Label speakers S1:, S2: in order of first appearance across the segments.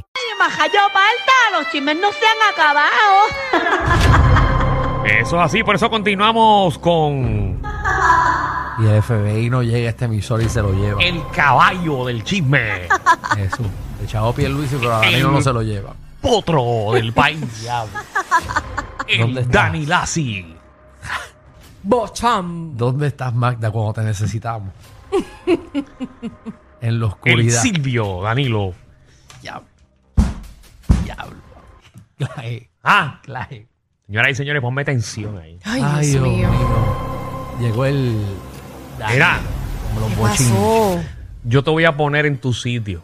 S1: Ay, Majayo Malta, los chismes no se han acabado.
S2: Eso es así, por eso continuamos con
S3: Y el FBI no llega a este emisor y se lo lleva.
S2: el caballo del chisme,
S3: Jesús. El chavo Pierluisi, pero a Danilo
S2: El-
S3: no se lo lleva.
S2: potro del país,
S3: ¿Dónde
S2: el
S3: está?
S2: Dani Lassi.
S4: Bocham.
S3: ¿Dónde estás, Magda, cuando te necesitamos? en la
S2: el
S3: oscuridad.
S2: Silvio Danilo.
S3: Diablo. Diablo. Claje,
S2: Ah,
S3: claje.
S2: señoras y señores, ponme tensión ahí.
S4: Ay, Dios mío.
S3: Llegó el.
S2: Mira,
S3: como los
S4: ¿Qué
S3: bochinches.
S4: pasó?
S2: yo te voy a poner en tu sitio.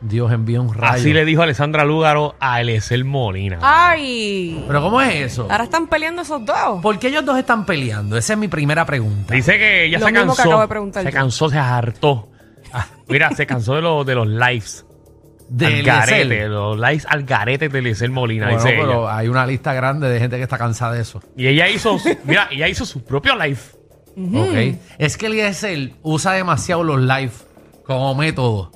S3: Dios envía un rayo.
S2: Así le dijo Alessandra Lúgaro a Eliezer Molina.
S4: Ah. Ay.
S3: Pero ¿cómo es eso?
S4: Ahora están peleando esos dos.
S3: ¿Por qué ellos dos están peleando? Esa es mi primera pregunta.
S2: Dice que ella
S4: Lo
S2: se
S4: mismo que
S2: cansó.
S4: acabo de preguntar
S2: se
S4: yo.
S2: cansó, se hartó. Ah, Mira, se cansó de, los de los lives. al
S3: Del
S2: garete,
S3: Eliezer.
S2: de los lives al garete de Eliezer Molina.
S3: Bueno,
S2: dice ella.
S3: pero hay una lista grande de gente que está cansada de eso.
S2: Y ella hizo, mira, ella hizo su propio live.
S3: Ok. Es que Eliezer usa demasiado los live como método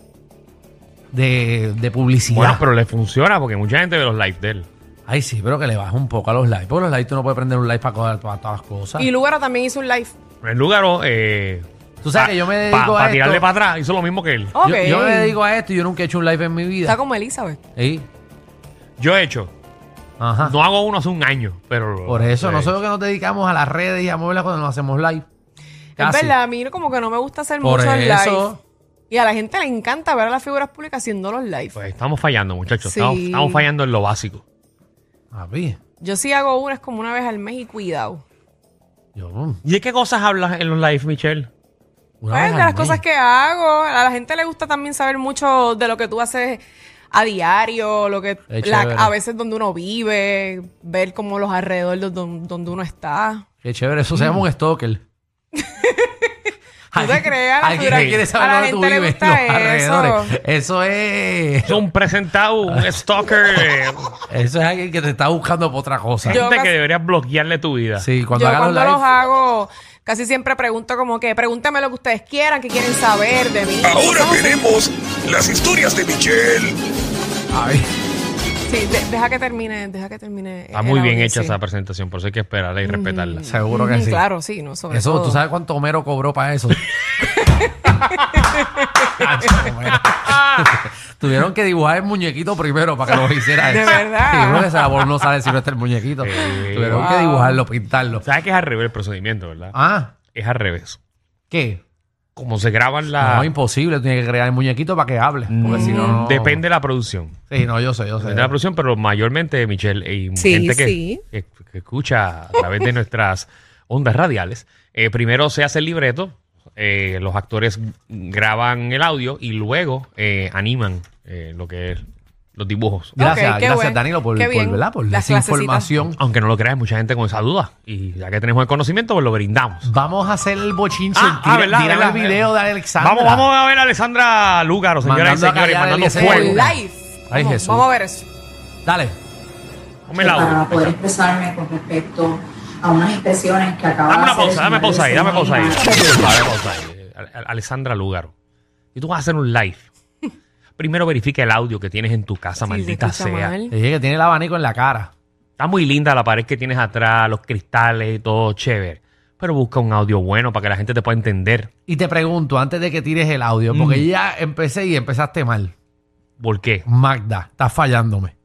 S3: de, de publicidad.
S2: Bueno, pero le funciona porque mucha gente ve los lives de él.
S3: Ay, sí, pero que le baja un poco a los live. Porque los live tú no puedes prender un live para, co- para todas las cosas.
S4: Y Lugaro también hizo un live.
S2: En lugar, eh,
S3: Tú sabes
S2: pa-
S3: que yo me
S2: pa-
S3: dedico a
S2: pa
S3: esto.
S2: tirarle para atrás, hizo lo mismo que él.
S4: Ok.
S3: yo, yo me dedico a esto y yo nunca he hecho un live en mi vida.
S4: Está como Elizabeth.
S3: Sí.
S2: Yo he hecho,
S3: Ajá.
S2: no hago uno hace un año, pero.
S3: Ah. Por eso,
S2: eh,
S3: nosotros que nos dedicamos a las redes y a móviles cuando nos hacemos live. Casi.
S4: Es verdad, a mí como que no me gusta hacer
S3: Por
S4: muchos live.
S3: eso.
S4: Y a la gente le encanta ver a las figuras públicas haciendo los live.
S2: Pues estamos fallando, muchachos.
S4: Sí.
S2: Estamos, estamos fallando en lo básico.
S3: Papi,
S4: Yo sí hago uno, es como una vez al mes y cuidado.
S3: yo, mm,
S2: ¿Y de qué cosas hablas en los lives, Michelle?
S3: una
S4: Pues
S3: vez
S4: de
S3: al
S4: las
S3: mes.
S4: cosas que hago, a la gente le gusta también saber mucho de lo que tú haces a diario, lo que
S3: Es
S4: la-
S3: chévere.
S4: a veces donde uno vive, ver como los alrededores don- donde uno está.
S3: Qué chévere, eso se llama
S4: Mm.
S3: un stalker.
S4: ¿Tú te creas? La
S3: Alguien
S4: figura-
S3: que quiere saber
S4: a la
S3: dónde tú
S4: gente le
S3: vives,
S4: gusta
S3: los
S4: eso.
S3: alrededores. Eso es...
S2: Es un presentado, un stalker, eh,
S3: Eso es alguien que te está buscando por otra cosa.
S4: Yo
S2: gente
S4: casi-
S2: que deberías bloquearle tu vida.
S3: sí, cuando
S4: Yo
S3: hagan
S4: cuando
S3: los live,
S4: los hago, casi siempre pregunto como que pregúntame lo que ustedes quieran, que quieren saber de mí.
S5: Ahora
S4: Entonces,
S5: veremos las historias de Michelle.
S3: ay,
S4: Sí, de- deja que termine, deja que termine.
S2: Está
S4: el
S2: muy bien
S4: audio,
S2: hecha
S4: sí.
S2: esa presentación, por eso hay que esperarla y respetarla.
S3: seguro que
S4: Mm,
S3: sí.
S4: Claro, sí, no, sobre
S3: Eso,
S4: todo.
S3: ¿tú sabes cuánto Homero cobró para eso? Cacho, Homero. Tuvieron que dibujar el muñequito primero para que lo hiciera
S4: De
S3: eso.
S4: verdad.
S3: Sí, porque esa voz no sale si no está el muñequito. Tuvieron que dibujarlo, pintarlo.
S2: ¿Sabes que es al revés el procedimiento, verdad?
S3: Ah,
S2: Es al revés.
S3: ¿qué?
S2: Como se graban las...
S3: No, imposible. Tienes que crear el muñequito para que hable. Porque si no, no...
S2: Mm, Depende de la producción.
S3: Sí, no, yo sé, yo sé.
S2: Depende de la producción, pero mayormente, Michelle, y
S4: Sí,
S2: gente que,
S4: sí.
S2: que- que escucha a través de nuestras ondas radiales, eh, primero se hace el libreto, eh, los actores graban el audio y luego eh, animan eh, lo que es los dibujos.
S3: Gracias,
S4: Ok, qué
S3: gracias
S4: bueno.
S3: Danilo por,
S4: Qué
S3: por,
S4: bien.
S3: ¿verdad? por
S4: Las
S3: esa información.
S2: Aunque no lo creas, hay mucha gente con esa duda. Y ya que tenemos el conocimiento, pues lo brindamos.
S3: Vamos a hacer el bochinche.
S2: Ah, ah,
S3: tira-
S2: ¿verdad?
S3: tírame
S2: ¿verdad?
S3: el video de Alexandra.
S2: Vamos, vamos a ver a Alessandra Lúgaro, señoras
S3: Mandando a
S2: y señores,
S3: callar a
S2: mandando
S3: Eliezer.
S2: fuego.
S4: El live.
S3: Ay,
S4: vamos,
S3: Jesús.
S4: vamos a ver eso.
S3: Dale.
S2: Ponme el
S6: para
S2: audio.
S6: poder expresarme con respecto a unas expresiones que acaba
S2: Dame
S6: de
S2: una
S6: hacer el
S2: pausa, dame
S6: señor
S2: pausa ahí,
S6: Luis
S2: dame pausa ahí.
S6: Molina.
S2: Dame pausa ahí. Al- al- Alessandra Lúgaro. Y tú vas a hacer un live. Primero verifica el audio que tienes en tu casa,
S4: Sí,
S2: maldita
S4: se escucha
S2: sea.
S4: mal.
S3: Le dije que tiene el abanico en la cara.
S2: Está muy linda la pared que tienes atrás, los cristales y todo, chévere. Pero busca un audio bueno para que la gente te pueda entender.
S3: Y te pregunto, antes de que tires el
S2: Mm.
S3: audio, porque ya empecé y empezaste mal.
S2: ¿Por qué?
S3: Magda, estás fallándome.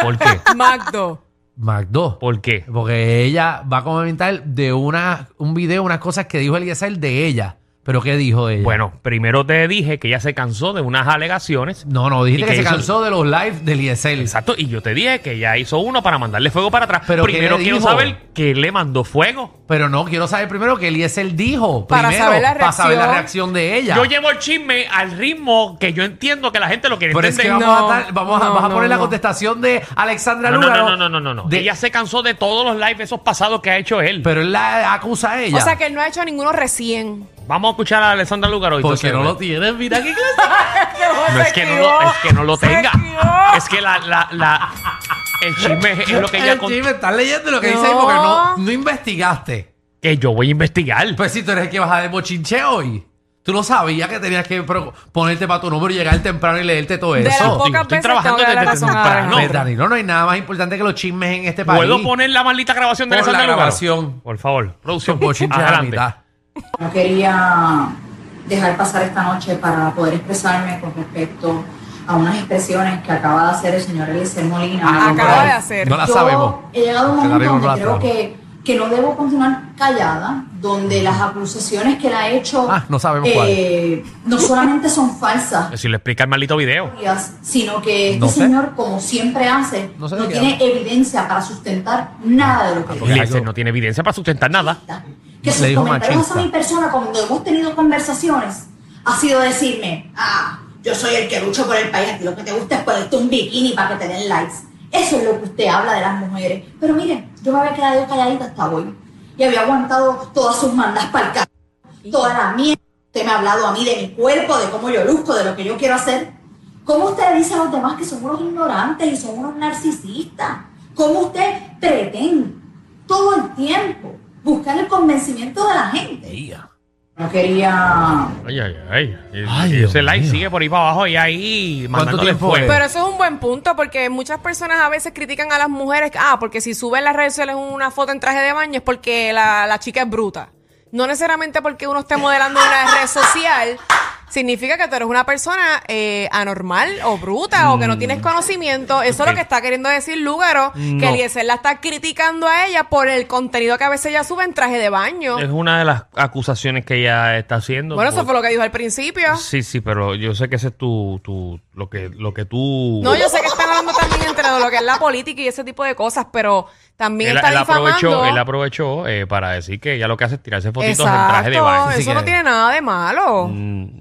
S2: ¿Por qué?
S4: Magdo.
S3: Magdo.
S2: ¿Por qué?
S3: Porque ella va a comentar de una, un video, unas cosas que dijo Eliezer de ella. ¿Pero qué dijo ella?
S2: Bueno, primero te dije que ella se cansó de unas alegaciones.
S3: No, no,
S2: ¿Y
S3: dijiste que,
S2: qué
S3: se
S2: hizo?
S3: cansó de los lives de Eliezer.
S2: Exacto, y yo te dije que ella hizo uno para mandarle fuego para atrás.
S3: ¿Pero qué
S2: primero
S3: le
S2: quiero
S3: dijo?
S2: saber que le mandó fuego.
S3: Pero no, quiero saber primero que Eliezer dijo.
S4: Para
S3: primero,
S4: saber la
S3: Para saber la reacción
S4: reacción.
S3: de ella.
S2: Yo llevo el chisme al ritmo que yo entiendo que la gente lo quiere
S3: Pero es que
S2: entender.
S3: vamos,
S4: No,
S3: a, estar- vamos a-
S4: no,
S3: vas a
S4: no,
S3: poner la
S4: no.
S3: contestación de Alexandra
S2: no, no,
S3: Luna.
S2: no, no, no, no, no.
S3: De-
S2: Ella se cansó de todos los lives esos pasados que ha hecho él.
S3: Pero él la acusa a ella.
S4: O sea que él no ha hecho ninguno recién.
S2: Vamos a escuchar a Alessandra Lugaro. y
S3: Porque
S2: entonces-
S3: Pues
S2: pues,
S3: no lo tiene, mira qué clase.
S2: No, es que no lo, es que no lo
S4: Se
S2: tenga.
S4: equivocó.
S2: Es que la, la, la- el chisme es lo que ella
S3: El
S2: con-
S3: chisme, estás leyendo lo que dice
S4: No.
S3: ahí porque no, no investigaste.
S2: que yo voy a investigar.
S3: Pues si tú eres el que vas a de bochinche hoy. Tú no sabías que tenías que pro- ponerte para tu número y llegar temprano y leerte todo
S4: De las
S3: eso.
S2: digo,
S4: pocas
S2: estoy
S4: veces
S2: trabajando
S4: tengo
S2: desde
S4: que dar la razón a
S2: temprano.
S3: Pues,
S4: Alejandro.
S3: Danilo, no hay nada más importante que los chismes en este país.
S2: ¿Puedo poner la maldita grabación de
S3: Pon
S2: Alessandra
S3: la
S2: Lugaro?
S3: grabación.
S2: Por favor, producción.
S3: bochinche a la
S2: Adelante.
S3: mitad.
S6: No quería dejar pasar esta noche para poder expresarme con respecto a unas expresiones que acaba de hacer el señor Eliezer Molina.
S3: Ah, no,
S4: Acaba
S3: pero
S4: de hacer.
S3: No la
S6: Yo
S3: sabemos.
S6: He llegado a un
S3: Se la
S6: momento
S3: vimos
S6: donde creo
S3: por atrás.
S6: que, que no debo continuar callada, donde las acusaciones que le ha hecho
S3: Ah, no sabemos
S6: eh, no solamente son falsas,
S2: Si le explica el maldito video.
S6: teorías, sino que este
S3: No sé.
S6: señor, como siempre hace,
S3: No
S6: no,
S3: sé de qué
S6: tiene evidencia para sustentar nada de lo que
S3: Ah,
S6: dice.
S3: Porque
S2: Le dice,
S3: algo-
S2: no tiene evidencia para sustentar nada.
S6: Que
S3: Le
S6: sus
S3: dijo
S6: comentarios
S3: machista.
S6: a mi persona, cuando hemos tenido conversaciones, ha sido decirme, ah, yo soy el que lucho por el país, a ti lo que te gusta es ponerte un bikini para que te den likes. Eso es lo que usted habla de las mujeres. Pero mire, yo me había quedado calladita hasta hoy y había aguantado todas sus mandas para el toda la mierda. Usted me ha hablado a mí de mi cuerpo, de cómo yo luzco, de lo que yo quiero hacer. ¿Cómo usted dice a los demás que son unos ignorantes y son unos narcisistas? ¿Cómo usted pretende todo el tiempo buscar el convencimiento de la gente? No quería
S2: Ay, ay, ay. Y-
S3: Ay,
S2: y
S3: Dios
S2: ese like
S3: mío.
S2: sigue por ahí para abajo y ahí mandándole
S3: tiempo
S2: fuego.
S3: es?
S4: Pero eso es un buen punto porque muchas personas a veces critican a las mujeres. Ah, porque si suben las redes sociales una foto en traje de baño es porque la, la chica es bruta. No necesariamente porque uno esté modelando en una red social. Significa que tú eres una persona eh, anormal o bruta o que no tienes conocimiento. Eso es
S2: Mm. Ok.
S4: lo que está queriendo decir Lúgaro, que
S2: No.
S4: Eliezer la está criticando a ella por el contenido que a veces ella sube en traje de baño.
S2: Es una de las acusaciones que ella está haciendo.
S4: Bueno, eso
S2: Por-
S4: fue lo que dijo al principio.
S2: Sí, sí, pero yo sé que ese es tu, tu lo que lo que tú
S4: No, yo sé que están hablando también entre lo que es la política y ese tipo de cosas, pero también
S2: él,
S4: está
S2: él
S4: difamando.
S2: aprovechó, él aprovechó eh, para decir que ella lo que hace es tirarse fotitos en traje de
S4: Exacto,
S2: baño.
S4: eso
S3: Así que-
S4: no tiene nada de malo.
S2: Mm,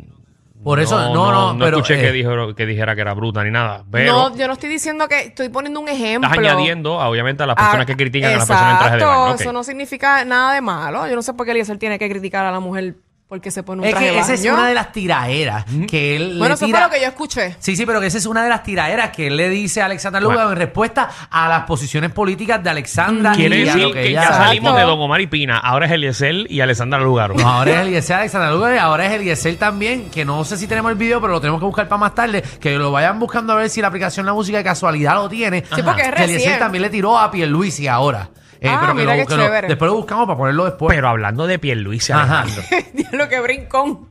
S3: Por eso, no, no, pero.
S2: escuché
S3: eh,
S2: que, dijo, que dijera que era bruta ni nada. Pero
S4: no, yo no estoy diciendo que estoy poniendo un ejemplo.
S2: estás añadiendo, a, obviamente, a las
S4: Ah,
S2: personas que critican
S4: exacto,
S2: a las personas en traje de baño. Ok.
S4: eso no significa nada de malo. Yo no sé por qué Eliezer tiene que criticar a la mujer porque se pone un
S3: Es
S4: traje
S3: que
S4: de
S3: esa es
S4: baño.
S3: una de las tiraeras que él
S4: bueno,
S3: le
S4: eso
S3: tira-
S4: fue lo que yo escuché.
S3: Sí, sí, pero que esa es una de las tiraeras que él le dice a Alexandra Lugaro
S2: Bueno. Mm.
S3: en respuesta a las posiciones políticas de Alexandra.
S2: Quiere
S3: y a
S2: decir
S3: lo
S2: que,
S3: ella
S2: ya
S3: hace.
S2: salimos de
S4: Exacto.
S2: Don Omar y Pina. Ahora es Eliezer y Alessandra Lugaro.
S3: No, ahora es Eliezer Alexandra Lugaro y ahora es Eliezer también, que no sé si tenemos el video, pero lo tenemos que buscar para más tarde, que lo vayan buscando a ver si la aplicación La Música de casualidad lo tiene.
S4: Sí, porque es
S3: Que Eliezer
S4: recién.
S3: también le tiró a Pierluisi ahora. Eh,
S4: Ah,
S3: pero que
S4: mira
S3: lo-
S4: qué
S3: que lo-
S4: chévere.
S3: después lo buscamos para ponerlo después.
S2: Pero hablando de Pierluisi,
S3: Ajá.
S2: Alejandro.
S4: lo que brincón.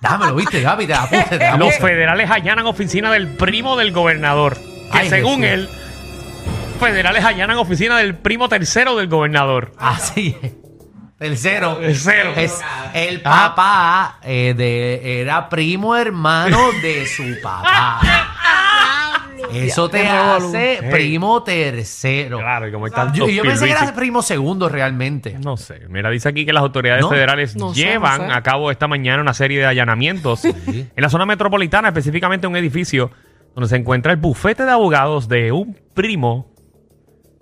S3: Dámelo, viste, Gaby, te la puse, te la
S2: Los
S3: puse.
S2: federales allanan oficina del primo del gobernador. Que
S3: Ay,
S2: según
S3: Jesús.
S2: él, federales allanan oficina del primo tercero del gobernador.
S3: Así es. Tercero.
S2: Tercero.
S3: Es el
S2: Ah.
S3: papá eh, de, era primo hermano de su papá. Eso te hace
S2: Hey.
S3: primo tercero.
S2: Claro, y como hay tantos
S3: Yo, yo pensé que era
S2: Pierluisi-
S3: primo segundo realmente.
S2: No sé. Mira, dice aquí que las autoridades
S3: No.
S2: federales
S4: No sé,
S2: llevan
S4: no sé.
S2: a cabo esta mañana una serie de allanamientos en la zona metropolitana, específicamente un edificio donde se encuentra el bufete de abogados de un primo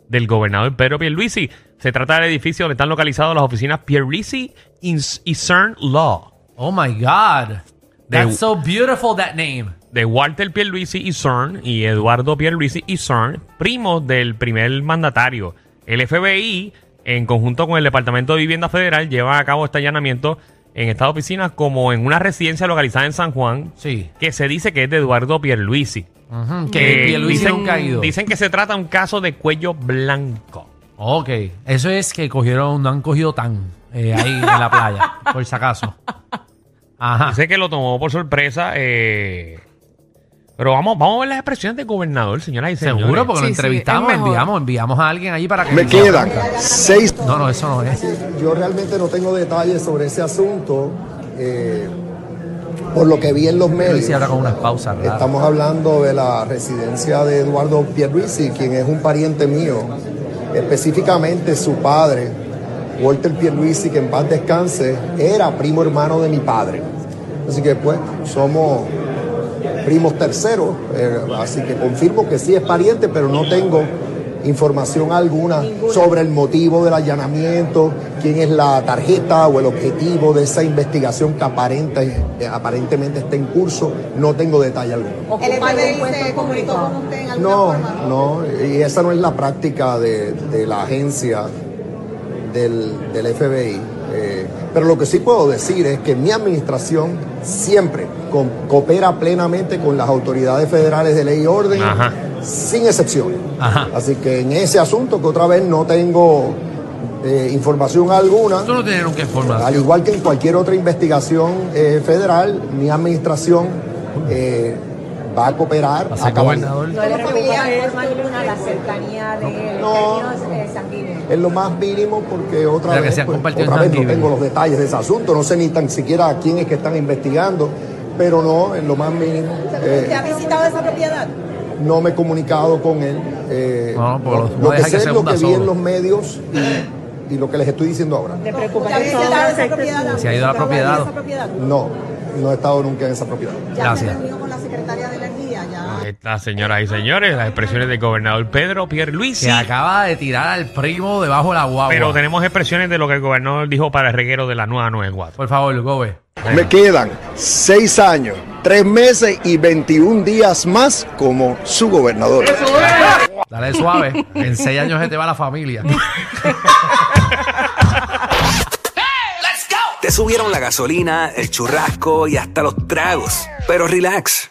S2: del gobernador Pedro Pierluisi. Se trata del edificio donde están localizadas las oficinas Pierluisi Ins- y CERN Law
S3: Oh my God.
S2: De-
S3: That's so beautiful, that name.
S2: de Walter Pierluisi y CERN y Eduardo Pierluisi y CERN, primos del primer mandatario. El FBI, en conjunto con el Departamento de Vivienda Federal, lleva a cabo este allanamiento en estas oficinas como en una residencia localizada en San Juan,
S3: Sí.
S2: que se dice que es de Eduardo Pierluisi.
S3: Ujú,
S2: Eh,
S3: que Pierluisi
S2: dicen-
S3: nunca ha ido.
S2: Dicen que se trata de un caso de cuello blanco.
S3: Ok. Eso es que cogieron, no han cogido tan eh, ahí en la playa, por si acaso. Ajá.
S2: Dice que lo tomó por sorpresa. eh, pero vamos, vamos a ver las expresiones del gobernador, señoras y señores.
S3: Seguro, porque lo
S4: Sí, sí,
S3: entrevistamos,
S4: es mejor.
S3: enviamos, enviamos a alguien ahí para que.
S7: Me quedan seis.
S3: No, no, eso no es.
S7: Yo realmente no tengo detalles sobre ese asunto. eh, por lo que vi en los medios.
S3: Pierluisi habla con unas pausas raras.
S7: Estamos hablando de la residencia de Eduardo Pierluisi, quien es un pariente mío, específicamente su padre, Walter Pierluisi, que en paz descanse, era primo hermano de mi padre. Así que pues somos primos terceros, eh, así que confirmo que sí es pariente, pero no tengo información alguna sobre el motivo del allanamiento, quién es la tarjeta o el objetivo de esa investigación que aparenta, eh, aparentemente está en curso, no tengo detalle alguno.
S8: El FBI se comunicó con usted en alguna
S7: No,
S8: forma.
S7: no, y esa no es la práctica de, de la agencia del, del FBI. eh, pero lo que sí puedo decir es que mi administración siempre co- coopera plenamente con las autoridades federales de ley y orden,
S2: Ajá.
S7: sin excepciones.
S3: Ajá.
S7: Así que en ese asunto, que otra vez no tengo eh, información alguna,
S3: Tú no tienes nunca
S7: al
S3: información.
S7: igual que en cualquier otra investigación eh, federal, mi administración eh, va a cooperar
S3: Va a ser
S7: a cabalidad.
S3: gobernador.
S8: No le preocupa forma alguna la cercanía de
S7: No.
S8: términos eh, sanguíneos.
S7: Es lo más mínimo porque otra
S3: Pero que
S7: vez,
S3: se han
S7: pues,
S3: compartido
S7: otra
S3: en
S7: vez
S3: San
S7: no
S3: Giving.
S7: tengo los detalles de ese asunto, no sé ni tan siquiera a quién es que están investigando, pero no, en lo más mínimo. eh,
S8: ¿Usted ha visitado esa propiedad?
S7: no me he comunicado con él. eh,
S3: No, pues, no
S7: lo que
S3: deja que
S7: sé es
S3: se
S7: lo
S3: hunda
S7: que vi
S3: solo.
S7: en los medios y, y lo que les estoy diciendo ahora.
S8: ¿Usted ha visitado esa propiedad?
S3: ¿Se ha ido a
S8: ¿Usted ha
S3: la propiedad?
S8: visitado esa propiedad?
S7: No, no he estado nunca en esa propiedad.
S8: Ya se
S3: Gracias.
S8: reunió con la secretaria de Energía, ya.
S2: Estas señoras y señores, las expresiones del gobernador Pedro Pierluisi.
S3: Se acaba de tirar al primo debajo de la guagua.
S2: Pero tenemos expresiones de lo que el gobernador dijo para el reguero de la nueva 94.
S3: Por favor, Gobe.
S7: Me quedan seis años, tres meses y 21 días más como su gobernador.
S3: Dale suave. en seis años se te va la familia.
S9: Te subieron la gasolina, el churrasco y hasta los tragos. Pero relax,